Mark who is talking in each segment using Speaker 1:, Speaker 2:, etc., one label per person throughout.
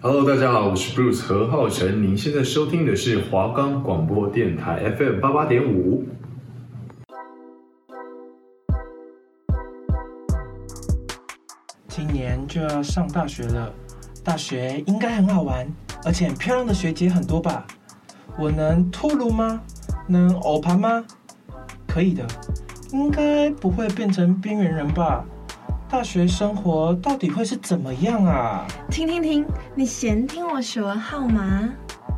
Speaker 1: Hello，大家好，我是 Bruce 何浩晨，您现在收听的是华冈广播电台 FM 八八点五。
Speaker 2: 今年就要上大学了，大学应该很好玩，而且很漂亮的学姐很多吧？我能脱乳吗？能欧盘吗？可以的，应该不会变成边缘人吧？大学生活到底会是怎么样啊？
Speaker 3: 停停停！你嫌听我数完号码，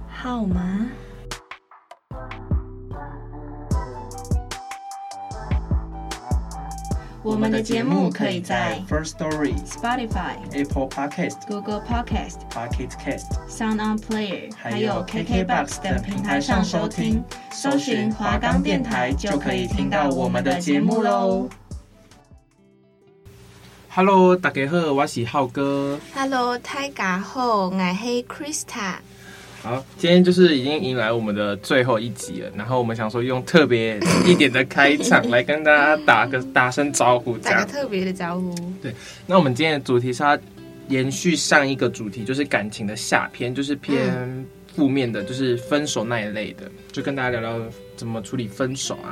Speaker 3: 号码。我们的节目可以在
Speaker 2: First Story、
Speaker 3: Spotify、
Speaker 2: Apple Podcast、
Speaker 3: Google Podcast、
Speaker 2: Pocket Cast、
Speaker 3: Sound On Player，
Speaker 2: 还有 KKBox 等平台上收听，
Speaker 3: 搜寻华冈电台就可以听到我们的节目喽。
Speaker 2: Hello，大家好，我是浩哥。
Speaker 4: Hello，泰嘎后，我黑 Krista。
Speaker 2: 好，今天就是已经迎来我们的最后一集了，然后我们想说用特别一点的开场来跟大家打个打声招呼，这
Speaker 4: 打个
Speaker 2: 样。
Speaker 4: 特别的招呼。
Speaker 2: 那我们今天的主题是要延续上一个主题，就是感情的下篇，就是偏负面的，就是分手那一类的，就跟大家聊聊怎么处理分手啊。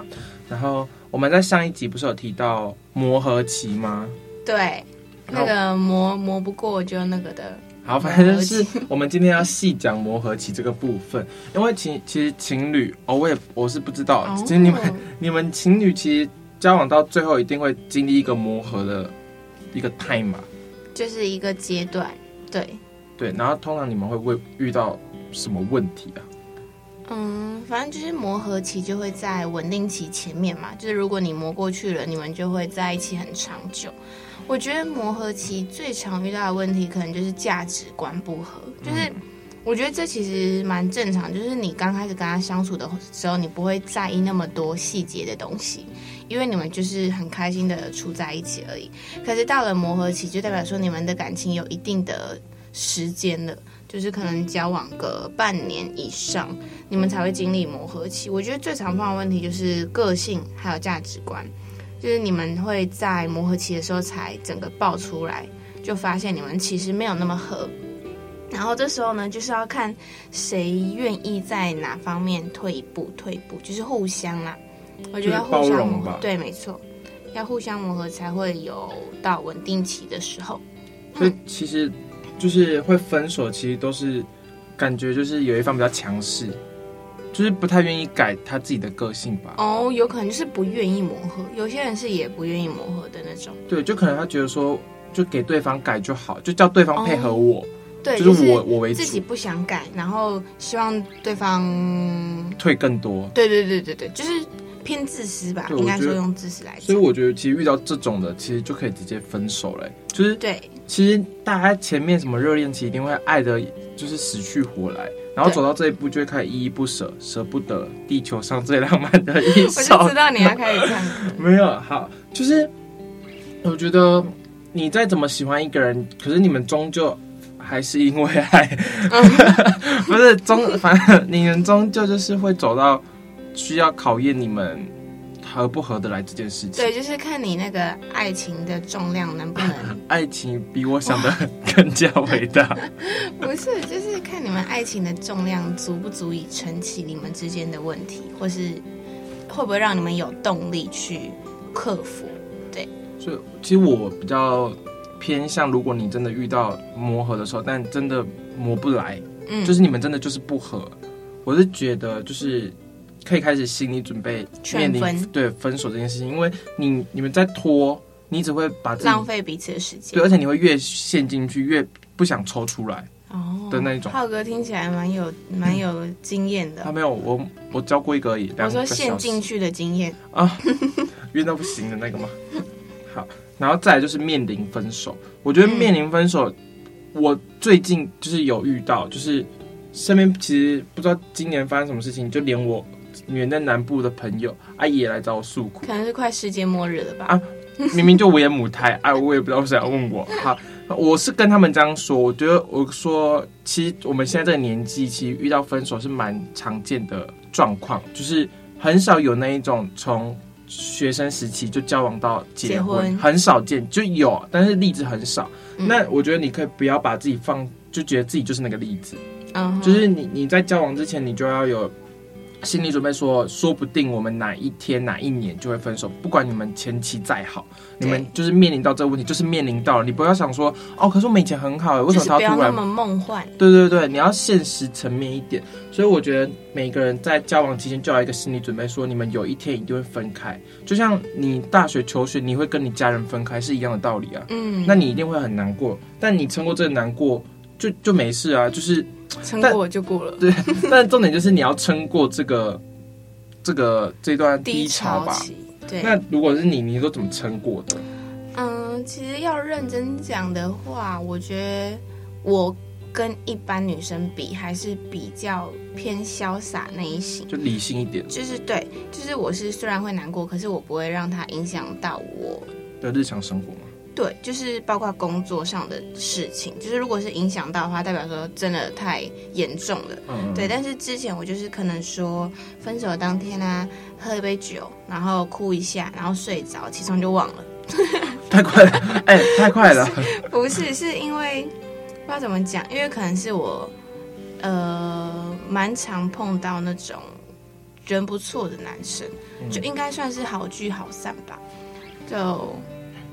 Speaker 2: 然后我们在上一集不是有提到磨合期吗？
Speaker 4: 对，那个磨磨不过就那个的，
Speaker 2: 好，反正
Speaker 4: 磨合
Speaker 2: 是
Speaker 4: 期
Speaker 2: 我们今天要细讲磨合期这个部分，因为情其实情侣哦，我也我是不知道，
Speaker 4: 哦
Speaker 2: 其实你 们你们情侣其实交往到最后一定会经历一个磨合的一个 time 嘛，
Speaker 4: 就是一个阶段。对，
Speaker 2: 对，然后通常你们会不会遇到什么问题啊？
Speaker 4: 嗯，反正就是磨合期就会在稳定期前面嘛，就是如果你磨过去了，你们就会在一起很长久。我觉得磨合期最常遇到的问题，可能就是价值观不合，就是。我觉得这其实蛮正常，就是你刚开始跟他相处的时候，你不会在意那么多细节的东西，因为你们就是很开心的处在一起而已。可是到了磨合期，就代表说你们的感情有一定的时间了，就是可能交往个半年以上，你们才会经历磨合期。我觉得最常碰到的问题就是个性还有价值观，就是你们会在磨合期的时候才整个爆出来，就发现你们其实没有那么合。然后这时候呢，就是要看谁愿意在哪方面退一步，退一步就是互相啦。我觉得要
Speaker 2: 就是包
Speaker 4: 互相
Speaker 2: 容
Speaker 4: 磨合
Speaker 2: 吧，
Speaker 4: 对，没错，要互相磨合才会有到稳定期的时候。
Speaker 2: 所以其实就是会分手，其实都是感觉就是有一方比较强势，就是不太愿意改他自己的个性吧。
Speaker 4: 哦，有可能就是不愿意磨合，有些人是也不愿意磨合的那种。
Speaker 2: 对，就可能他觉得说，就给对方改就好，就叫对方配合我，
Speaker 4: 哦对，
Speaker 2: 就是我我为
Speaker 4: 自己
Speaker 2: 主，
Speaker 4: 不想改，然后希望对方，
Speaker 2: 退更多。
Speaker 4: 对对对对对，就是偏自私吧，
Speaker 2: 对
Speaker 4: 应该
Speaker 2: 我觉
Speaker 4: 说
Speaker 2: 得
Speaker 4: 用自私来
Speaker 2: 所以
Speaker 4: 讲。
Speaker 2: 我觉得，其实遇到这种的，其实就可以直接分手了、欸就是
Speaker 4: 对
Speaker 2: 其实大家前面什么热恋期，一定会爱的，就是死去活来，然后
Speaker 4: 对
Speaker 2: 走到这一步，就会开始依依不舍，舍不得地球上最浪漫的一
Speaker 4: 我
Speaker 2: 首
Speaker 4: 就知道你要开始唱 歌，
Speaker 2: 没有好，就是嗯我觉得你再怎么喜欢一个人，可是你们终究还是因为爱，
Speaker 4: 嗯
Speaker 2: 不是终，反正你们终究就是会走到需要考验你们合不合得来这件事情
Speaker 4: 对，。就是看你那个爱情的重量能 不能，
Speaker 2: 爱情比我想的更加伟大。
Speaker 4: 不是，就是看你们爱情的重量足不足以撑起你们之间的问题，或是会不会让你们有动力去克服。
Speaker 2: 所以其实我比较偏向，如果你真的遇到磨合的时候，但真的磨不来，
Speaker 4: 嗯，
Speaker 2: 就是你们真的就是不合，我是觉得就是可以开始心理准备面
Speaker 4: 劝
Speaker 2: 临
Speaker 4: 分
Speaker 2: 对分手这件事情，因为你你们在拖，你只会把自己
Speaker 4: 浪费彼此的时间
Speaker 2: 对，。啊而且你会越陷进去，越不想抽出来。
Speaker 4: 哦
Speaker 2: 的那一种嗯
Speaker 4: 浩哥听起来蛮有蛮有经验
Speaker 2: 他
Speaker 4: 的。
Speaker 2: 没有我我教过一个而已，
Speaker 4: 我
Speaker 2: 两
Speaker 4: 说
Speaker 2: 个
Speaker 4: 陷
Speaker 2: 小
Speaker 4: 进
Speaker 2: 时
Speaker 4: 去的经验，
Speaker 2: 啊，晕到不行的那个吗？ 好，然后再来就是面临分手，我觉得面临分手，我最近就是有遇到，就是身边其实不知道今年发生什么事情，就连我远在南部的朋友阿姨也来找我诉苦。
Speaker 4: 可能是快世界末日了吧？
Speaker 2: 啊明明就我也母胎，啊，我也不知道谁要问我。好，我是跟他们这样说，我觉得我说，其实我们现在这个年纪，其实遇到分手是蛮常见的状况，就是很少有那一种从学生时期就交往到结婚，
Speaker 4: 结婚
Speaker 2: 很少见，就有，但是例子很少。
Speaker 4: 嗯
Speaker 2: 那我觉得你可以不要把自己放就觉得自己就是那个例子，
Speaker 4: 嗯哼，
Speaker 2: 就是你你在交往之前，你就要有心理准备说，说不定我们哪一天哪一年就会分手，不管你们前期再好，你们
Speaker 4: 对
Speaker 2: 就是面临到这个问题，就是面临到了，你不要想说哦，可是我们以前很好，为什
Speaker 4: 就
Speaker 2: 么
Speaker 4: 是
Speaker 2: 他
Speaker 4: 不要
Speaker 2: 突
Speaker 4: 那
Speaker 2: 然
Speaker 4: 么梦幻，
Speaker 2: 对对对，你要现实层面一点。所以我觉得每个人在交往期间就要有一个心理准备，说你们有一天一定会分开。就像你大学求学，你会跟你家人分开是一样的道理啊。
Speaker 4: 嗯，
Speaker 2: 那你一定会很难过，但你撑过这个难过，就就没事啊。就是，
Speaker 4: 撑
Speaker 2: 但
Speaker 4: 过就过了，
Speaker 2: 但重点就是你要撑过这个这个这段低潮
Speaker 4: 潮
Speaker 2: 吧。
Speaker 4: 期，对，
Speaker 2: 那如果是你，你都怎么撑过的？
Speaker 4: 嗯，其实要认真讲的话，我觉得我跟一般女生比，还是比较偏潇洒那一型。
Speaker 2: 就理性一点
Speaker 4: 就是对，就是我是虽然会难过，可是我不会让它影响到我。
Speaker 2: 的日常生活嘛。
Speaker 4: 对，就是包括工作上的事情，就是如果是影响到的话，代表说真的太严重了。
Speaker 2: 嗯，嗯
Speaker 4: 对，，但是之前我就是可能说分手当天啊，喝一杯酒，然后哭一下，然后睡着，起床就忘了。
Speaker 2: 太快了， 哎、太快 了。
Speaker 4: 不是，是因为不知道怎么讲，因为可能是我呃蛮常碰到那种人不错的男生，
Speaker 2: 嗯
Speaker 4: 就应该算是好聚好散吧。就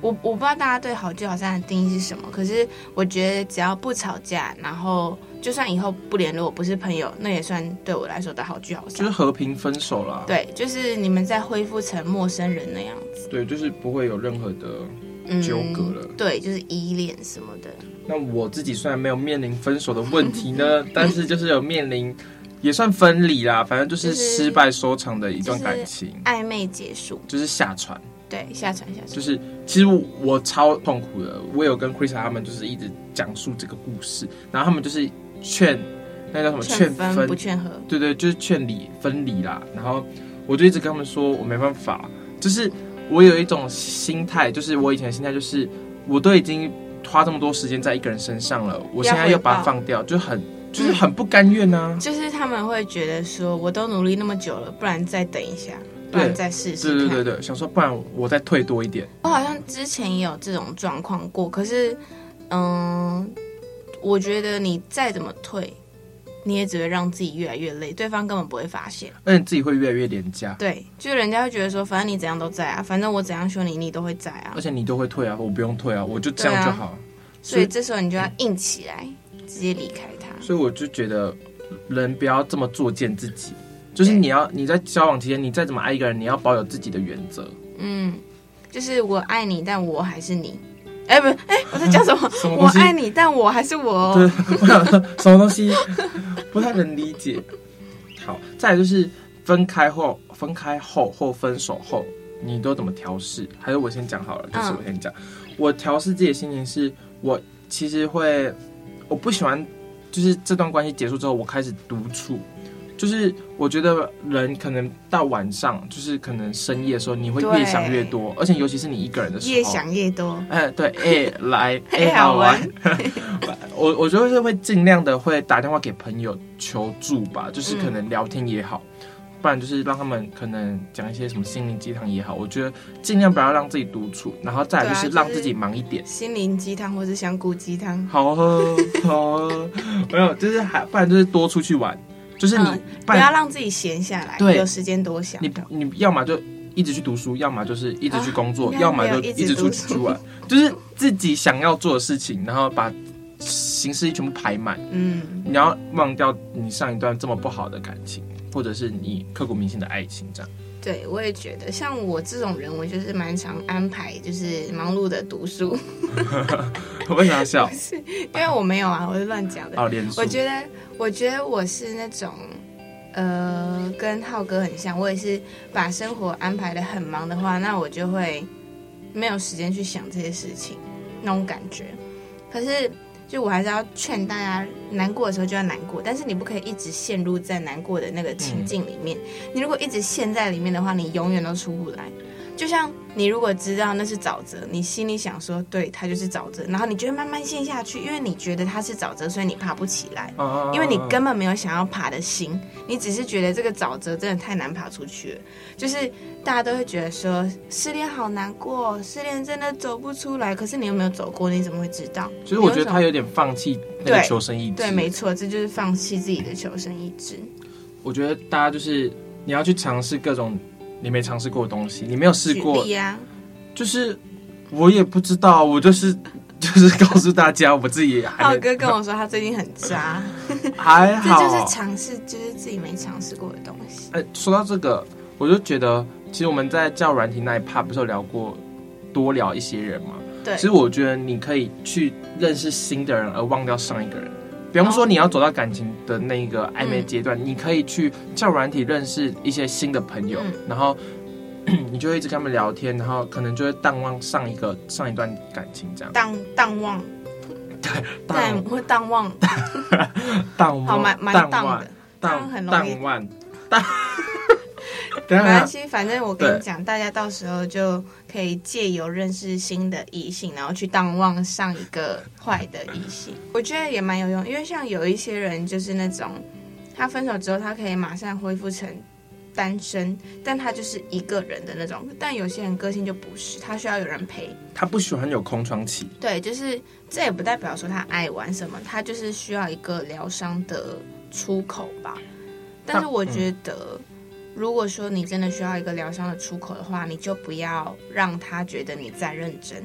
Speaker 4: 我我不知道大家对好聚好散的定义是什么，可是我觉得只要不吵架，然后就算以后不联络，不是朋友，那也算对我来说的好聚好
Speaker 2: 就是
Speaker 4: 散。
Speaker 2: 和平分手啦。
Speaker 4: 对，就是你们在恢复成陌生人那样子，
Speaker 2: 对，就是不会有任何的。
Speaker 4: 嗯，
Speaker 2: 纠葛了
Speaker 4: 对，就是依恋什么的，
Speaker 2: 那我自己虽然没有面临分手的问题 呢，但是就是有面临，也算分离啦，反正就是
Speaker 4: 就是
Speaker 2: 失败收场的一段感情，
Speaker 4: 暧昧结束，
Speaker 2: 就是下船。
Speaker 4: 对，
Speaker 2: 嗯
Speaker 4: 下船下船。
Speaker 2: 就是其实我我超痛苦的，我有跟 Chris 他们就是一直讲述这个故事，然后他们就是劝那叫什么
Speaker 4: 劝
Speaker 2: 分，
Speaker 4: 分不劝和，
Speaker 2: 对对，就是劝离分离啦。然后我就一直跟他们说，我没办法，就是我有一种心态，就是我以前的心态就是，我都已经花这么多时间在一个人身上了，我现在又把它放掉，就很就是很不甘愿啊呐、
Speaker 4: 就是他们会觉得说，我都努力那么久了，不然再等一下，不然再试试
Speaker 2: 对对
Speaker 4: 看。
Speaker 2: 对对，想说不然我再退多一点，
Speaker 4: 我好像之前也有这种状况过，可是，嗯，我觉得你再怎么退，你也只会让自己越来越累，对方根本不会发现。
Speaker 2: 而且自己会越来越廉价，
Speaker 4: 对，就是人家会觉得说，反正你怎样都在啊，反正我怎样凶你，你都会在啊
Speaker 2: 而，且你都会退啊，我不用退啊，我就这样就好。
Speaker 4: 所以这时候你就
Speaker 2: 嗯
Speaker 4: 要硬起来，直接离开他。
Speaker 2: 所以我就觉得，人不要这么作践自己，就是
Speaker 4: 对
Speaker 2: 你要你在交往期间，你再怎么爱一个人，你要保有自己的原则。
Speaker 4: 嗯，就是我爱你，但我还是你。哎、不，哎、我在讲什么？
Speaker 2: 什么
Speaker 4: 我
Speaker 2: 东西
Speaker 4: 爱你，但我还是我 哦、
Speaker 2: 对，我想说什么东西不太能理解。好，再来就是分开后，分开后或分手后，你都怎么调试？还是我先讲好了，就是
Speaker 4: 嗯
Speaker 2: 我先讲。我调试自己的心情是，我其实会，我不喜欢，就是这段关系结束之后，我开始独处。就是我觉得人可能到晚上，就是可能深夜的时候，你会越想越
Speaker 4: 对
Speaker 2: 多，而且尤其是你一个人的时候，
Speaker 4: 越想越多。
Speaker 2: 哎， 对，哎、来，哎、
Speaker 4: 哎
Speaker 2: 好
Speaker 4: 好
Speaker 2: 玩
Speaker 4: 玩。
Speaker 2: 我我就是会尽量的会打电话给朋友求助吧，就是可
Speaker 4: 嗯
Speaker 2: 能聊天也好，不然就是让他们可能讲一些什么心灵鸡汤也好。我觉得尽量不要让自己独处，然后再来就
Speaker 4: 对啊
Speaker 2: 是
Speaker 4: 就是
Speaker 2: 让自己忙一点。
Speaker 4: 心灵鸡汤或是香菇鸡汤，
Speaker 2: 好喝，好喝， 没有，就是还不然就是多出去玩，就是你、
Speaker 4: 嗯
Speaker 2: 不
Speaker 4: 不
Speaker 2: 然
Speaker 4: 要让自己闲下来，
Speaker 2: 对
Speaker 4: 有时间多想。
Speaker 2: 你你要么就一直去读书，要么就是一直去工作，
Speaker 4: 啊
Speaker 2: 要么就
Speaker 4: 没
Speaker 2: 一
Speaker 4: 有
Speaker 2: 直出
Speaker 4: 一直读
Speaker 2: 去
Speaker 4: 书
Speaker 2: 玩，就是自己想要做的事情，然后把形式全部排满，
Speaker 4: 嗯，
Speaker 2: 你要忘掉你上一段这么不好的感情，或者是你刻骨铭心的爱情，这样。
Speaker 4: 对，我也觉得，像我这种人，我就是蛮常安排，就是忙碌的读 书，
Speaker 2: 为什么要笑？
Speaker 4: 因为我没有啊，我是乱讲的。
Speaker 2: 哦，脸书
Speaker 4: 我觉得，我觉得我是那种，呃，跟浩哥很像，我也是把生活安排的很忙的话，那我就会没有时间去想这些事情，那种感觉。可是，就我还是要劝大家，难过的时候就要难过，但是你不可以一直陷入在难过的那个情境里面。你如果一直陷在里面的话，你永远都出不来。就像你如果知道那是沼泽，你心里想说对，它就是沼泽，然后你就会慢慢陷下去，因为你觉得它是沼泽，所以你爬不起来，
Speaker 2: 啊
Speaker 4: 因为你根本没有想要爬的心，你只是觉得这个沼泽真的太难爬出去了。就是大家都会觉得说失恋好难过，哦失恋真的走不出来，可是你又没有走过，你怎么会知道？
Speaker 2: 就是我觉
Speaker 4: 你
Speaker 2: 得
Speaker 4: 为什
Speaker 2: 他
Speaker 4: 么
Speaker 2: 有点放弃那个
Speaker 4: 对
Speaker 2: 求生意志。
Speaker 4: 对，没错，这就是放弃自己的求生意志。
Speaker 2: 我觉得大家就是你要去尝试各种你没尝试过的东西，你没有试
Speaker 4: 举
Speaker 2: 过
Speaker 4: 例，啊呀、
Speaker 2: 就是我也不知道，我就是。 就是告诉大家，我自己还
Speaker 4: 浩
Speaker 2: 没
Speaker 4: 哥跟我说他最近很渣，
Speaker 2: 还
Speaker 4: 这
Speaker 2: 好，
Speaker 4: 就是尝试，就是自己没尝试过的东西。
Speaker 2: 哎，说到这个，我就觉得，其实我们在教软体那一趴不是有聊过，多聊一些人嘛。
Speaker 4: 对
Speaker 2: 其实我觉得你可以去认识新的人，而忘掉上一个人。比方说，
Speaker 4: 哦
Speaker 2: 你要走到感情的那个暧昧
Speaker 4: 嗯
Speaker 2: 阶段，你可以去教软体认识一些新的朋友，
Speaker 4: 嗯
Speaker 2: 然后 你就会一直跟他们聊天，然后可能就会淡忘上一个上一段感情这样。
Speaker 4: 淡淡忘，
Speaker 2: 淡
Speaker 4: 淡会淡忘，
Speaker 2: 淡忘，
Speaker 4: 好哦蛮蛮
Speaker 2: 淡
Speaker 4: 淡
Speaker 2: 忘
Speaker 4: 的，，
Speaker 2: 淡
Speaker 4: 很容易
Speaker 2: 淡忘， 淡。等一下等一
Speaker 4: 没关
Speaker 2: 下，
Speaker 4: 系，啊反正我跟
Speaker 2: 对
Speaker 4: 你讲，大家到时候就可以借由认识新的异性，然后去淡忘上一个坏的异性。我觉得也蛮有用，因为像有一些人就是那种，他分手之后他可以马上恢复成单身，但他就是一个人的那种。但有些人个性就不是，他需要有人陪。
Speaker 2: 他不喜欢有空窗期。
Speaker 4: 对，就是这也不代表说他爱玩什么，他就是需要一个疗伤的出口吧。但是
Speaker 2: 那
Speaker 4: 我觉得，如果说你真的需要一个疗伤的出口的话，你就不要让他觉得你在认真，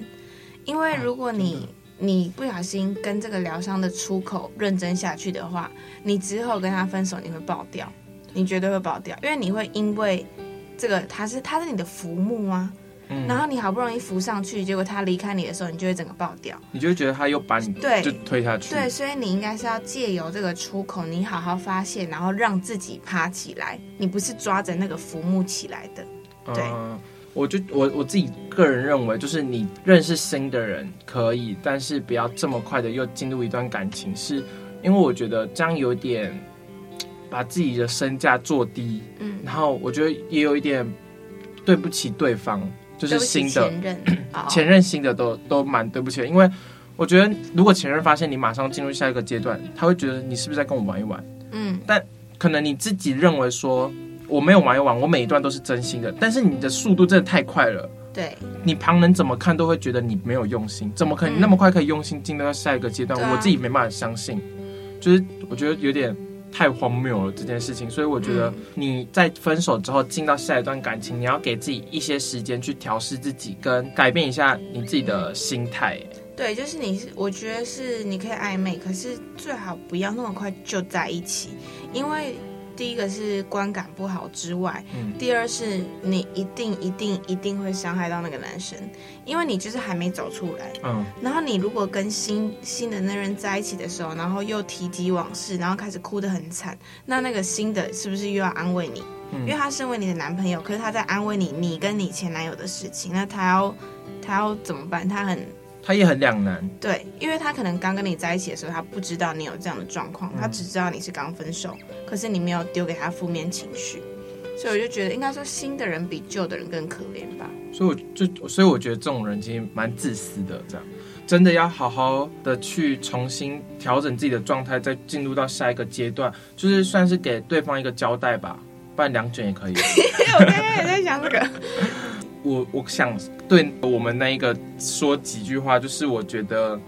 Speaker 4: 因为如果
Speaker 2: 啊真
Speaker 4: 你、你不小心跟这个疗伤的出口认真下去的话，你之后跟他分手，你会爆掉，你绝对会爆掉，因为你会因为这个他是他是你的浮木啊，
Speaker 2: 嗯
Speaker 4: 然后你好不容易浮上去，结果他离开你的时候，你就会整个爆掉。
Speaker 2: 你就会觉得他又把你
Speaker 4: 对
Speaker 2: 就推下去。
Speaker 4: 对，所以你应该是要借由这个出口，你好好发泄，然后让自己爬起来。你不是抓着那个浮木起来的。
Speaker 2: 嗯
Speaker 4: 对
Speaker 2: 我就我我自己个人认为，就是你认识新的人可以，但是不要这么快的又进入一段感情，是因为我觉得这样有点嘖把自己的身价做低，
Speaker 4: 嗯，
Speaker 2: 然后我觉得也有一点对不起对方，就
Speaker 4: 就是
Speaker 2: 新的
Speaker 4: 前任 哦
Speaker 2: 前任新的都都蛮对不起的，因为我觉得如果前任发现你马上进入下一个阶段，他会觉得你是不是在跟我玩一玩。
Speaker 4: 嗯，
Speaker 2: 可能你自己认为说我没有玩一玩，我每一段都是真心的，但是你的速度真的太快了，
Speaker 4: 对，
Speaker 2: 你旁人怎么看都会觉得你没有用心，怎么可能那么快可以用心进入到下一个阶段？
Speaker 4: 嗯对啊
Speaker 2: 我自己没办法相信，就是我觉得有点太荒谬了这件事情，所以我觉得
Speaker 4: 嗯
Speaker 2: 你在分手之后进到下一段感情，你要给自己一些时间去调试自己，跟改变一下你自己的心态。
Speaker 4: 对，就是你是，我觉得是你可以暧昧，可是最好不要那么快就在一起，因为第一个是观感不好之外，
Speaker 2: 嗯
Speaker 4: 第二是你一定一定一定会伤害到那个男生，因为你就是还没走出来。
Speaker 2: 嗯，
Speaker 4: 然后你如果跟新新的那人在一起的时候，然后又提及往事，然后开始哭得很惨，那那个新的是不是又要安慰你？
Speaker 2: 嗯
Speaker 4: 因为他身为你的男朋友，可是他在安慰你你跟你前男友的事情，那他要他要怎么办？他很
Speaker 2: 他也很两难。
Speaker 4: 对，因为他可能刚跟你在一起的时候，他不知道你有这样的状况，他只知道你是刚分手，可是你没有丢给他负面情绪，所以我就觉得应该说新的人比旧的人更可怜 吧。
Speaker 2: 所以我就所以我觉得这种人其实蛮自私的，这样真的要好好的去重新调整自己的状态，再进入到下一个阶段，就是算是给对方一个交代吧，不然两卷也可以。
Speaker 4: 我刚刚也在想这个，
Speaker 2: 我我想对我们那一个说几句话，就是我觉得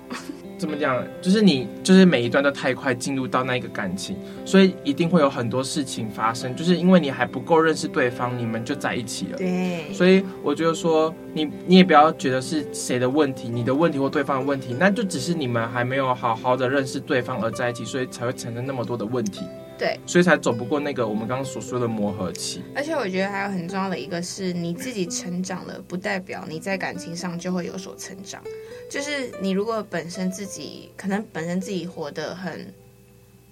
Speaker 2: 怎么讲，就是你就是每一段都太快进入到那一个感情，所以一定会有很多事情发生，就是因为你还不够认识对方，你们就在一起了。
Speaker 4: 对，
Speaker 2: 所以我觉得说，你你也不要觉得是谁的问题，你的问题或对方的问题，那就只是你们还没有好好的认识对方而在一起，所以才会产生那么多的问题，
Speaker 4: 对。
Speaker 2: 所以才走不过那个我们刚刚所说的磨合期。
Speaker 4: 而且我觉得还有很重要的一个是，你自己成长了，不代表你在感情上就会有所成长。就是你如果本身自己可能本身自己活得很，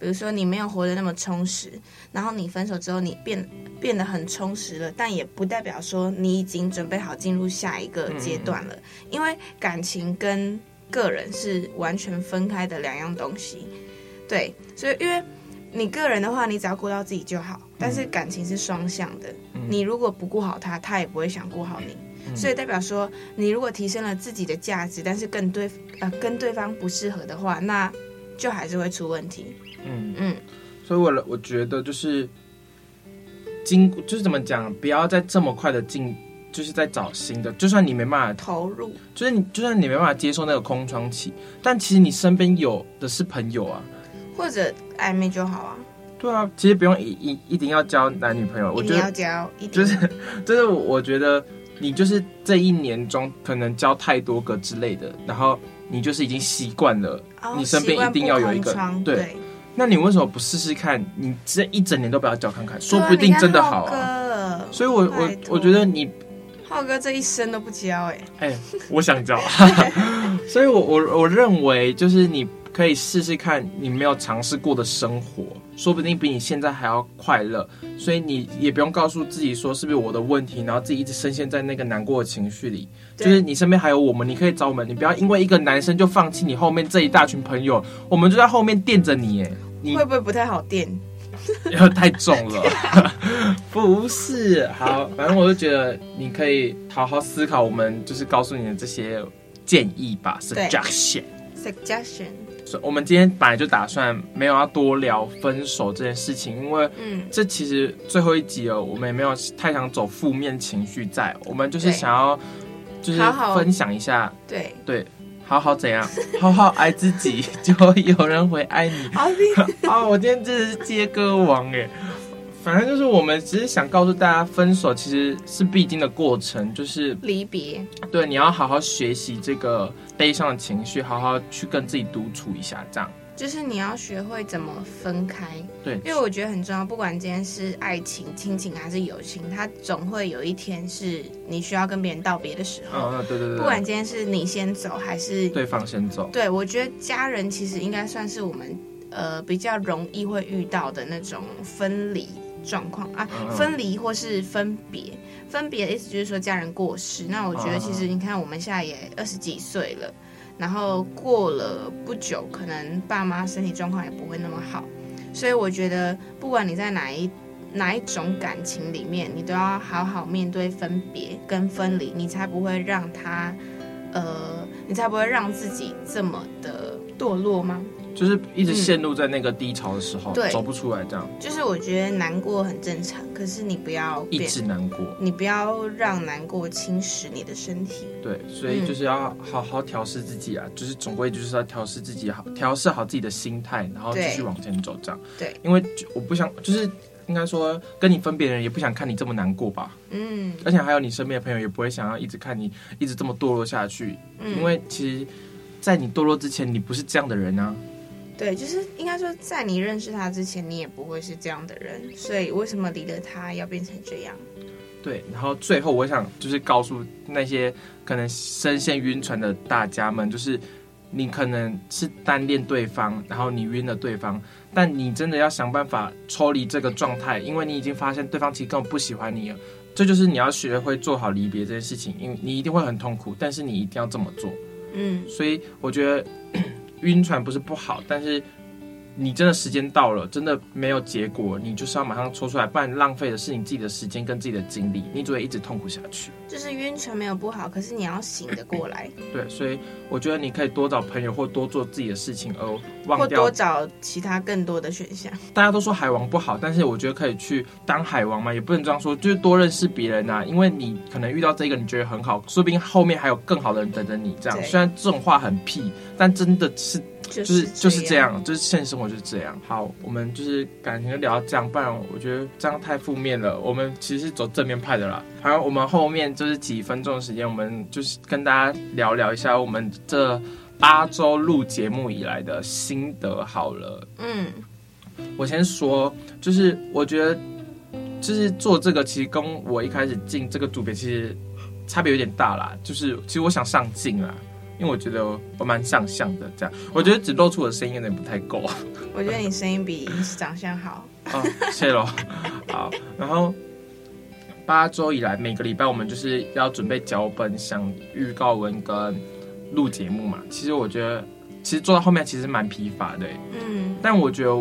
Speaker 4: 比如说你没有活得那么充实，然后你分手之后你变变得很充实了，但也不代表说你已经准备好进入下一个阶段了，因为感情跟个人是完全分开的两样东西。对，所以因为你个人的话，你只要顾
Speaker 2: 嗯
Speaker 4: 到自己就好，但是感情是双向的，你如果不顾好他，他也不会想顾好你。
Speaker 2: 嗯
Speaker 4: 所以代表说，你如果提升了自己的价值，但是跟对呃跟对方不适合的话，那就还是会出问题。
Speaker 2: 嗯，
Speaker 4: 嗯，
Speaker 2: 所以我我觉得就是经就是怎么讲，不要再这么快的进，就是在找新的，就算你没办法，
Speaker 4: 投入
Speaker 2: 就是你就算你没办法接受那个空窗期，但其实你身边有的是朋友啊。
Speaker 4: 或者暧昧就好啊，
Speaker 2: 对啊，其实不用一一一定要交男女朋友，我
Speaker 4: 一
Speaker 2: 觉
Speaker 4: 定要
Speaker 2: 得
Speaker 4: 交，一定
Speaker 2: 就是就是我觉得你就是这一年中可能交太多个之类的，然后你就是已经习惯了，
Speaker 4: 哦
Speaker 2: 你身边
Speaker 4: 习惯
Speaker 2: 一定要有一个
Speaker 4: 不空窗
Speaker 2: 对
Speaker 4: 对，
Speaker 2: 那你为什么不试试看？你这一整年都不要交看看，说
Speaker 4: 对啊
Speaker 2: 不定真的好
Speaker 4: 你
Speaker 2: 啊。
Speaker 4: 看浩哥，
Speaker 2: 所以我
Speaker 4: 拜
Speaker 2: 我
Speaker 4: 托
Speaker 2: 我觉得你
Speaker 4: 浩哥这一生都不交哎、
Speaker 2: 哎、我想交，所以我我我认为就是你可以试试看你没有尝试过的生活，说不定比你现在还要快乐。所以你也不用告诉自己说是不是我的问题，然后自己一直深陷在那个难过的情绪里。就
Speaker 4: 对
Speaker 2: 是你身边还有我们，你可以找我们，你不要因为一个男生就放弃你后面这一大群朋友，我们就在后面垫着你。哎，你
Speaker 4: 会不会不太好垫？
Speaker 2: 然后太重了， 不是。好，反正我就觉得你可以好好思考我们就是告诉你的这些建议吧
Speaker 4: 对
Speaker 2: ，suggestion。
Speaker 4: suggestion，
Speaker 2: 所以我们今天本来就打算没有要多聊分手这件事情，因为
Speaker 4: 嗯，
Speaker 2: 这其实最后一集了，我们也没有太想走负面情绪在，我们就是
Speaker 4: 对
Speaker 2: 想要就是
Speaker 4: 好好
Speaker 2: 分享一下，
Speaker 4: 对，
Speaker 2: 对，好好怎样，好好爱自己， 就会有人会爱你。
Speaker 4: 好 的，
Speaker 2: 啊，我今天真的是接歌王哎！反正就是我们只是想告诉大家，分手其实是必经的过程，就是
Speaker 4: 离别，
Speaker 2: 对你要好好学习这个悲伤的情绪，好好去跟自己独处一下，这样
Speaker 4: 就是你要学会怎么分开，
Speaker 2: 对
Speaker 4: 因为我觉得很重要，不管今天是爱情、亲情还是友情，它总会有一天是你需要跟别人道别的时候。
Speaker 2: 嗯嗯，对对对，
Speaker 4: 不管今天是你先走还是
Speaker 2: 对方先走，
Speaker 4: 对，我觉得家人其实应该算是我们呃比较容易会遇到的那种分离状况啊
Speaker 2: 嗯嗯，
Speaker 4: 分离或是分别。分别的意思就是说家人过世。那我觉得其实
Speaker 2: 啊
Speaker 4: 你看我们现在也二十几岁了，然后过了不久，可能爸妈身体状况也不会那么好，所以我觉得不管你在哪一。哪一种感情里面，你都要好好面对分别跟分离，你才不会让它呃，你才不会让自己这么的堕落吗？
Speaker 2: 就是一直陷入在那个低潮的时候，
Speaker 4: 嗯对
Speaker 2: 走不出来，这样
Speaker 4: 就是我觉得难过很正常，可是你不要
Speaker 2: 一
Speaker 4: 变，
Speaker 2: 直难过。
Speaker 4: 你不要让难过侵蚀你的身体。
Speaker 2: 对，所
Speaker 4: 嗯
Speaker 2: 以就是要好好调试自己啊，就是总归就是要调试自己好，调试好自己的心态，然后继
Speaker 4: 对
Speaker 2: 续往前走这样。
Speaker 4: 对，
Speaker 2: 因为就我不想，就是应该说跟你分别的人也不想看你这么难过吧，
Speaker 4: 嗯
Speaker 2: 而且还有你身边的朋友也不会想要一直看你一直这么堕落下去，因
Speaker 4: 嗯，
Speaker 2: 为其实，在你堕落之前，你不是这样的人啊。
Speaker 4: 对，就是应该说，在你认识他之前，你也不会是这样的人，所以为什么离了他要变成这样？
Speaker 2: 对，然后最后我想就是告诉那些可能深陷晕船的大家们，就是你可能是单恋对方，然后你晕了对方，但你真的要想办法抽离这个状态，因为你已经发现对方其实根本不喜欢你了。这就是你要学会做好离别这件事情，因为你一定会很痛苦，但是你一定要这么做。
Speaker 4: 嗯，
Speaker 2: 所以我觉得晕船不是不好，但是你真的时间到了，真的没有结果，你就是要马上抽出来，不然浪费的是你自己的时间跟自己的精力，你只会一直痛苦下去。
Speaker 4: 就是晕船没有不好，可是你要醒得 过来，
Speaker 2: 对，所以我觉得你可以多找朋友或多做自己的事情，而
Speaker 4: 或
Speaker 2: 忘掉
Speaker 4: 多。找其他更多的选项。
Speaker 2: 大家都说海王不好，但是我觉得可以去当海王嘛，也不能这样说，就是多认识别人啊，因为你可能遇到这个你觉得很好，说不定后面还有更好的人等着你。这样
Speaker 4: 对
Speaker 2: 虽然这种话很屁，但真的是就
Speaker 4: 就
Speaker 2: 是就是这
Speaker 4: 这样，
Speaker 2: 样，就是现实生活就是这样。好，我们就是感情就聊到这样，不然我觉得这样太负面了。我们其实是走正面派的啦。反正我们后面就是几分钟的时间，我们就是跟大家聊聊一下我们这八周录节目以来的心得。好了，
Speaker 4: 嗯，
Speaker 2: 我先说，就是我觉得，就是做这个其实跟我一开始进这个组别其实差别有点大啦。就是其实我想上进啦，因为我觉得我蛮想象的这样。我觉得只露出我的声音有点不太够
Speaker 4: 我觉得你声音比长相好。
Speaker 2: 哦，谢喽。好，然后八周以来，每个礼拜我们就是要准备脚本、想预告文跟录节目嘛。其实我觉得，其实做到后面其实蛮疲乏的欸、
Speaker 4: 嗯，
Speaker 2: 但我觉得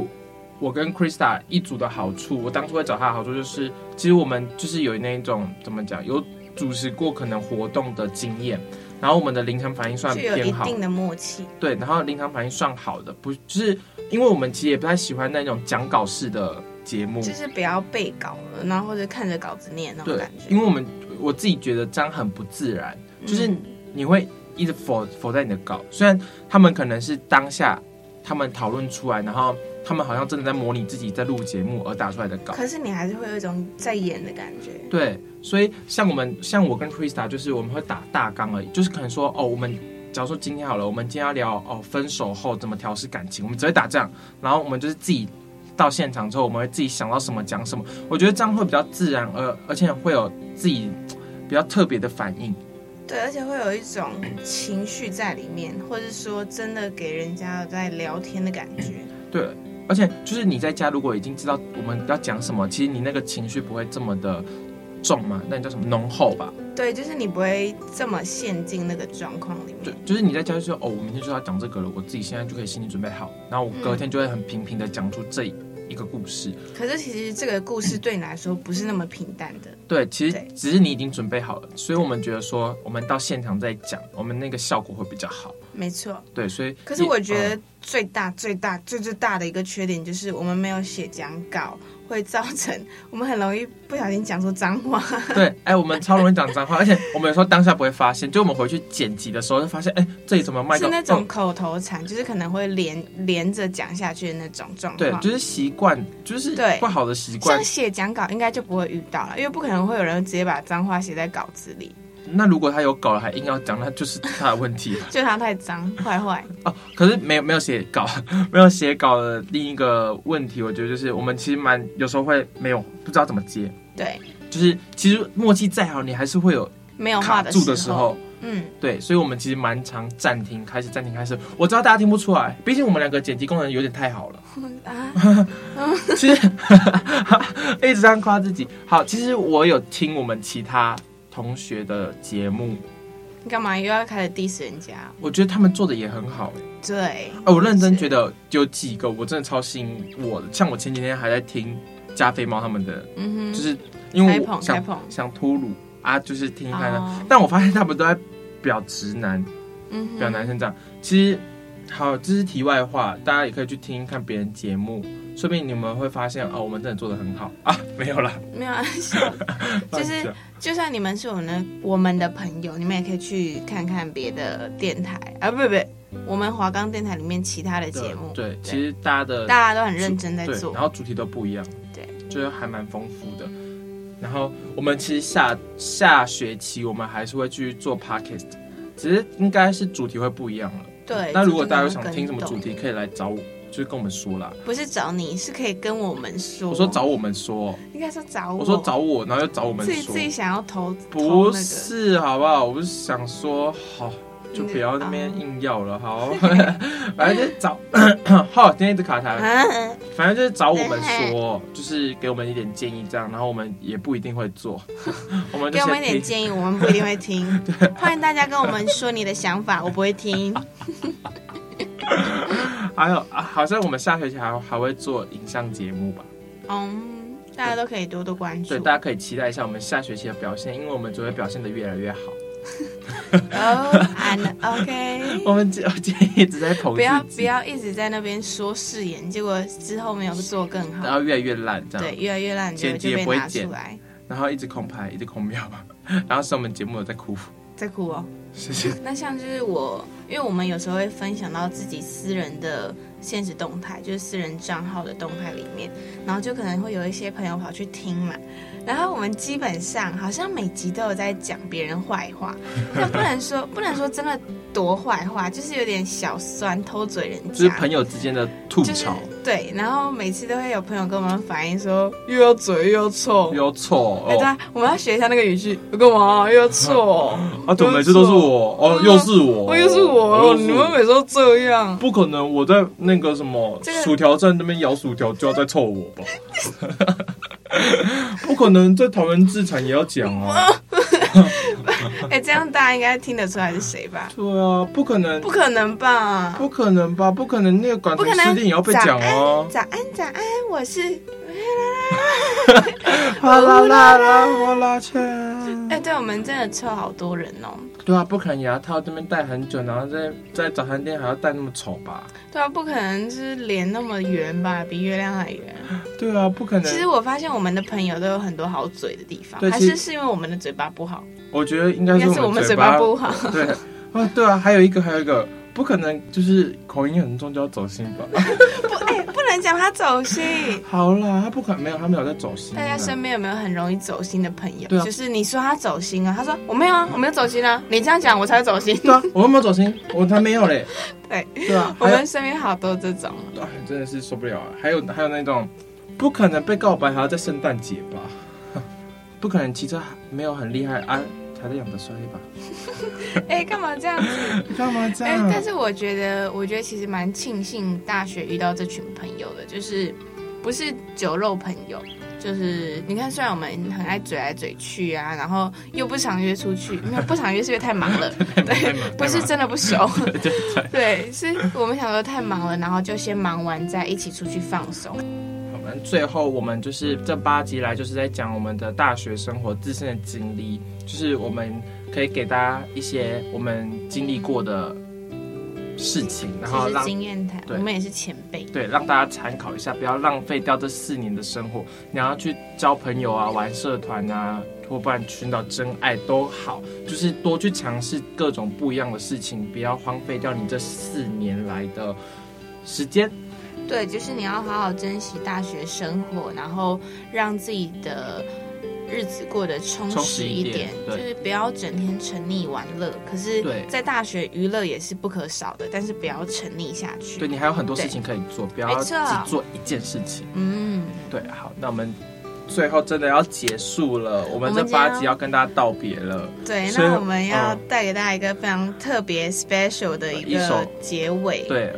Speaker 2: 我跟 Krista 一组的好处，我当初会找她的好处就是，其实我们就是有那一种怎么讲，有主持过可能活动的经验，然后我们的临场反应算
Speaker 4: 就有
Speaker 2: 偏
Speaker 4: 一
Speaker 2: 好，
Speaker 4: 定的默契。
Speaker 2: 对，然后临场反应算好的，不就是因为我们其实也不太喜欢那种讲稿式的节目，
Speaker 4: 就是不要背稿了，然后或者看着稿子念那种
Speaker 2: 嗯对
Speaker 4: 感，觉。
Speaker 2: 因为我们我自己觉得这样很不自然，就是
Speaker 4: 嗯
Speaker 2: 你会一直否否在你的稿，虽然他们可能是当下他们讨论出来，然后他们好像真的在模拟自己在录节目而打出来的稿，
Speaker 4: 可是你还是会有一种在演的感觉。
Speaker 2: 对，所以像我们，像我跟 Krista，就是我们会打大纲而已，就是可能说，哦，我们假如说今天好了，我们今天要聊哦分手后怎么调试感情，我们只会打这样，然后我们就是自己到现场之后，我们会自己想到什么讲什么，我觉得这样会比较自然，而而且会有自己比较特别的反应。
Speaker 4: 对，而且会有一种情绪在里面，或者说真的给人家有在聊天的感觉。
Speaker 2: 对，而且就是你在家如果已经知道我们要讲什么，其实你那个情绪不会这么的重嘛，那你叫什么浓厚吧？
Speaker 4: 对，就是你不会这么陷进那个状况里
Speaker 2: 就
Speaker 4: 面。
Speaker 2: 就是你在家就说哦，我明天就要讲这个了，我自己现在就可以心理准备好，然后我隔天就会很平平的讲出这一个故事。
Speaker 4: 可是其实这个故事对你来说不是那么平淡的，
Speaker 2: 对，其实
Speaker 4: 对
Speaker 2: 只是你已经准备好了，所以我们觉得说，我们到现场再讲，我们那个效果会比较好。
Speaker 4: 没错。
Speaker 2: 对，所以
Speaker 4: 可是我觉
Speaker 2: 嗯
Speaker 4: 得最大、最大、最最大的一个缺点就是我们没有写讲稿，会造成我们很容易不小心讲出脏话。
Speaker 2: 对，哎，我们超容易讲脏话，而且我们有时候当下不会发现，就我们回去剪辑的时候就发现，哎，这里怎么麦克
Speaker 4: 是那种
Speaker 2: 哦
Speaker 4: 口头禅，就是可能会连连着讲下去的那种状
Speaker 2: 对，
Speaker 4: 况。
Speaker 2: 就是习惯，就是
Speaker 4: 对
Speaker 2: 不好的习惯
Speaker 4: 像。写讲稿应该就不会遇到了，因为不可能会有人直接把脏话写在稿子里，
Speaker 2: 那如果他有稿了还硬要讲，那就是他的问题 了。
Speaker 4: 就它太脏坏坏。
Speaker 2: 哦，可是没有没有写稿， 没有写稿的另一个问题，我觉得就是我们其实蛮有时候会没有不知道怎么接，
Speaker 4: 对，
Speaker 2: 就是其实默契再好，你还是会有
Speaker 4: 没有话
Speaker 2: 卡住的
Speaker 4: 时
Speaker 2: 时候。
Speaker 4: 嗯，
Speaker 2: 对，所以我们其实蛮常暂停，开始暂停，开始。我知道大家听不出来，毕竟我们两个剪辑功能有点太好了。
Speaker 4: 啊，
Speaker 2: 其实 一直这样夸自己。好，其实我有听我们其他同学的节目，
Speaker 4: 你干嘛又要开始 diss 人家？
Speaker 2: 我觉得他们做的也很好、
Speaker 4: 对，
Speaker 2: 哎，我认真觉得有几个我真的超吸引我的，像我前几天还在听加菲猫他们的
Speaker 4: 嗯
Speaker 2: 就
Speaker 4: 哼，
Speaker 2: 是因为
Speaker 4: 开
Speaker 2: 我
Speaker 4: 捧开
Speaker 2: 想
Speaker 4: 捧
Speaker 2: 想脱乳啊，就是听他的，
Speaker 4: 哦
Speaker 2: 但我发现他们都在表直男，
Speaker 4: 嗯哼
Speaker 2: 表男生这样。其实好，这是题外话，大家也可以去听看别人节目，说不定你们会发现哦，我们真的做的很好啊，没有啦，
Speaker 4: 没有啊，笑就是
Speaker 2: 乱讲
Speaker 4: 就算你们是我们的我们的朋友，你们也可以去看看别的电台啊，不不不，我们华冈电台里面其他的节目，
Speaker 2: 对，对其实大家的
Speaker 4: 大家都很认真在
Speaker 2: 对，
Speaker 4: 做
Speaker 2: 然。后主题都不一样，
Speaker 4: 对，
Speaker 2: 就是还蛮丰富的。然后我们其实下下学期我们还是会继续做 podcast，只是应该是主题会不一样了。
Speaker 4: 对，
Speaker 2: 那如果
Speaker 4: 就
Speaker 2: 大家有
Speaker 4: 真的
Speaker 2: 想
Speaker 4: 要
Speaker 2: 听什么
Speaker 4: 跟
Speaker 2: 主
Speaker 4: 动啊
Speaker 2: 题，可以来找我，就是跟我们说啦。
Speaker 4: 不是找你，是可以跟我们说。
Speaker 2: 我说找，我们说，
Speaker 4: 应该说找我。
Speaker 2: 我说找我，然后又找我们
Speaker 4: 啊自己自己
Speaker 2: 说，
Speaker 4: 想要投，投
Speaker 2: 不
Speaker 4: 那个
Speaker 2: 是好不好？我不是想说好，就不要那
Speaker 4: 嗯
Speaker 2: 边硬要了，好， 反正就是找， 好，今天一直卡 痰，
Speaker 4: 啊，
Speaker 2: 反正就是找我们说，
Speaker 4: 哎
Speaker 2: 就是给我们一点建议这样，然后我们也不一定会做， 我们就
Speaker 4: 啊给我们
Speaker 2: 先
Speaker 4: 一点
Speaker 2: 议。
Speaker 4: 建议，我们不一定会听。 欢迎大家跟我们说你的想法，我不会听。
Speaker 2: 还有啊，好像我们下学期还还会做影像节目吧。
Speaker 4: 嗯，大家都可以多多关注
Speaker 2: 对，。大家可以期待一下我们下学期的表现，因为我们只会表现的越来越好。
Speaker 4: 哦，and OK。
Speaker 2: 我们今 我今天一直在捧
Speaker 4: 不要
Speaker 2: 自己
Speaker 4: 不，要一直在那边说誓言，结果之后没有做更
Speaker 2: 然
Speaker 4: 好，
Speaker 2: 后越来越烂这样，
Speaker 4: 对，越来越烂，结果
Speaker 2: 剪辑
Speaker 4: 就
Speaker 2: 也
Speaker 4: 被
Speaker 2: 不会
Speaker 4: 拿
Speaker 2: 剪
Speaker 4: 出来，
Speaker 2: 然后一直空拍，一直空秒， 然后是我们节目有在哭，
Speaker 4: 在哭哦。
Speaker 2: 谢谢。
Speaker 4: 那像就是我，因为我们有时候会分享到自己私人的现实动态，就是私人账号的动态里面，然后就可能会有一些朋友跑去听嘛。然后我们基本上好像每集都有在讲别人坏话，但不能说不能说真的多坏话，就是有点小酸偷嘴人家，
Speaker 2: 就是朋友之间的吐
Speaker 4: 就是
Speaker 2: 槽，
Speaker 4: 对。然后每次都会有朋友跟我们反映说，又要嘴又要臭。
Speaker 2: 有错
Speaker 4: 哎，对
Speaker 2: 哦
Speaker 4: 啊，我们要学一下那个语句，干嘛又要臭？
Speaker 2: 啊，怎么每次都是我哦，又是我，
Speaker 4: 哦，又是我，
Speaker 2: 又是
Speaker 4: 你们每次都这样。
Speaker 2: 不可能，我在那个什么
Speaker 4: 这个
Speaker 2: 薯条站那边咬薯条就要再凑我吧？ 不可能，在桃园自产也要讲啊！
Speaker 4: 哎、这样大家应该听得出来是谁吧？
Speaker 2: 对啊，不可能
Speaker 4: 不，可能吧？
Speaker 2: 不可能吧？不可能，那个管
Speaker 4: 不
Speaker 2: 同
Speaker 4: 可
Speaker 2: 师
Speaker 4: 能
Speaker 2: 弟也要被讲哦！
Speaker 4: 早安，早安，我是
Speaker 2: 哗啦啦啦，哗啦圈。
Speaker 4: 哎、对我们真的凑好多人哦。
Speaker 2: 对啊，不可能牙套这边戴很久，然后在在早餐店还要戴那么丑吧？
Speaker 4: 对啊，不可能就是脸那么圆吧，比月亮还圆。
Speaker 2: 对啊，不可能。
Speaker 4: 其实我发现我们的朋友都有很多好嘴的地方，
Speaker 2: 对
Speaker 4: 还
Speaker 2: 其实
Speaker 4: 是是因为我们的嘴巴不好，
Speaker 2: 我觉得应该
Speaker 4: 应该
Speaker 2: 是
Speaker 4: 是我们
Speaker 2: 嘴
Speaker 4: 嘴
Speaker 2: 巴
Speaker 4: 巴不好。
Speaker 2: 对，啊，对啊，还有一个，还有一个，不可能就是口音很重就要走心吧？
Speaker 4: 不，哎、不能讲他走心。
Speaker 2: 好啦，他不可能没有，他没有在走心啊。
Speaker 4: 大家身边有没有很容易走心的朋友？
Speaker 2: 对啊
Speaker 4: 就是你说他走心啊，他说我没有啊，我没有走心啊，你这样讲我才会走心。
Speaker 2: 对啊，我又没有走心，我才没有 嘞。
Speaker 4: 对，
Speaker 2: 对啊，
Speaker 4: 我
Speaker 2: 还有
Speaker 4: 们身边好多这种。
Speaker 2: 哎真的是受不了啊！还有还有那种，不可能被告白还要在圣诞节吧？ 不可能骑车没有很厉害啊，还在养着衰吧？
Speaker 4: 哎、干嘛这样子？
Speaker 2: 你干嘛这
Speaker 4: 哎、
Speaker 2: 样？
Speaker 4: 但是我觉得，我觉得其实蛮庆幸大学遇到这群朋友的，就是不是酒肉朋友，就是你看，虽然我们很爱嘴来嘴去啊，然后又不常约出去，没有不常约是因为太忙了，
Speaker 2: 太
Speaker 4: 对
Speaker 2: 忙太忙，
Speaker 4: 不是真的不熟，对，是我们想说太忙了，然后就先忙完再一起出去放松。
Speaker 2: 好，反正哎最后我们就是这八集来就是在讲我们的大学生活自身的经历，就是我们可以给大家一些我们经历过的事情，然后
Speaker 4: 这是
Speaker 2: 让
Speaker 4: 经验谈，
Speaker 2: 对
Speaker 4: 我们也是前辈。
Speaker 2: 对让大家参考一下，不要浪费掉这四年的生活。你要去交朋友啊，玩社团啊，或不然寻找真爱都好，就是多去尝试各种不一样的事情，不要荒废掉你这四年来的时间。
Speaker 4: 对，就是你要好好珍惜大学生活，然后让自己的日子过得充
Speaker 2: 充
Speaker 4: 实
Speaker 2: 实一
Speaker 4: 一
Speaker 2: 点
Speaker 4: 点，
Speaker 2: 对
Speaker 4: 就是不要整天沉溺玩乐。可是
Speaker 2: 对，
Speaker 4: 在大学娱乐也是不可少的，但是不要沉溺下去。
Speaker 2: 对你还有很多事情可以做，不要
Speaker 4: 没
Speaker 2: 只
Speaker 4: 错
Speaker 2: 做一件事情。
Speaker 4: 嗯，
Speaker 2: 对，好，那我们最后真的要结束了，我们
Speaker 4: 我们
Speaker 2: 这八
Speaker 4: 今天
Speaker 2: 集要跟大家道别了。
Speaker 4: 对。
Speaker 2: 所以
Speaker 4: 那我们要
Speaker 2: 嗯
Speaker 4: 带给大家一个非常特别 special 的一
Speaker 2: 一首
Speaker 4: 个结尾。
Speaker 2: 对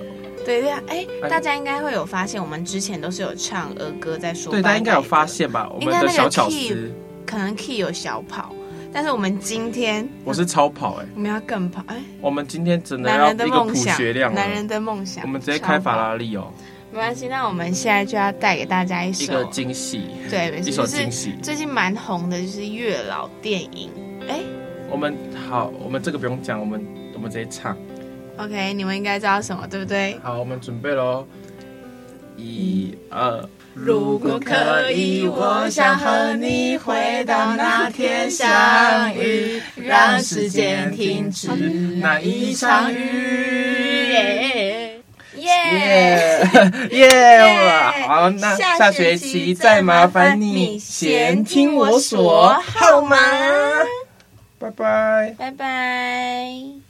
Speaker 4: 对对啊，哎
Speaker 2: 哎，
Speaker 4: 大家应该会有发现，我们之前都是有唱儿歌在说。
Speaker 2: 对，大家应该有发，现吧？我
Speaker 4: 应
Speaker 2: 们
Speaker 4: 该
Speaker 2: 的
Speaker 4: 那个
Speaker 2: 小巧
Speaker 4: key
Speaker 2: 思，
Speaker 4: 可能 key 有小跑，但是我们今天
Speaker 2: 我是超跑哎、
Speaker 4: 我们要更跑，哎。
Speaker 2: 我们今天真的
Speaker 4: 男
Speaker 2: 要
Speaker 4: 人的
Speaker 2: 一个
Speaker 4: 梦
Speaker 2: 普
Speaker 4: 想
Speaker 2: 学，量了
Speaker 4: 男，人的梦想。
Speaker 2: 我们直接开法
Speaker 4: 超棒，
Speaker 2: 拉利哦，
Speaker 4: 没关系。那我们现在就要带给大家一
Speaker 2: 一
Speaker 4: 首
Speaker 2: 个，惊喜，
Speaker 4: 对，没
Speaker 2: 一
Speaker 4: 事，
Speaker 2: 首
Speaker 4: 就
Speaker 2: 惊
Speaker 4: 是
Speaker 2: 喜。
Speaker 4: 最近蛮红的，就是月老电影。哎
Speaker 2: 我们好，我们这个不用讲，我们我们直接唱。
Speaker 4: ，OK，你们应该知道什么，对不对？
Speaker 2: 好，我们准备喽，一二。
Speaker 4: 如
Speaker 5: 果可以我想和你回到那天相遇让时间停止
Speaker 2: 那
Speaker 5: 一场雨
Speaker 4: 耶耶！
Speaker 2: 耶 耶！哇好，那
Speaker 4: 下
Speaker 2: 下学
Speaker 4: 学
Speaker 2: 期
Speaker 4: 期
Speaker 2: 再
Speaker 4: 再
Speaker 2: 麻
Speaker 4: 麻
Speaker 2: 烦
Speaker 4: 烦
Speaker 2: 你
Speaker 4: 你
Speaker 2: 先
Speaker 4: 先
Speaker 2: 听
Speaker 4: 听
Speaker 2: 我说
Speaker 4: 我说
Speaker 2: 好
Speaker 4: 好
Speaker 2: 吗
Speaker 4: 吗？
Speaker 2: 拜拜。
Speaker 4: 拜拜。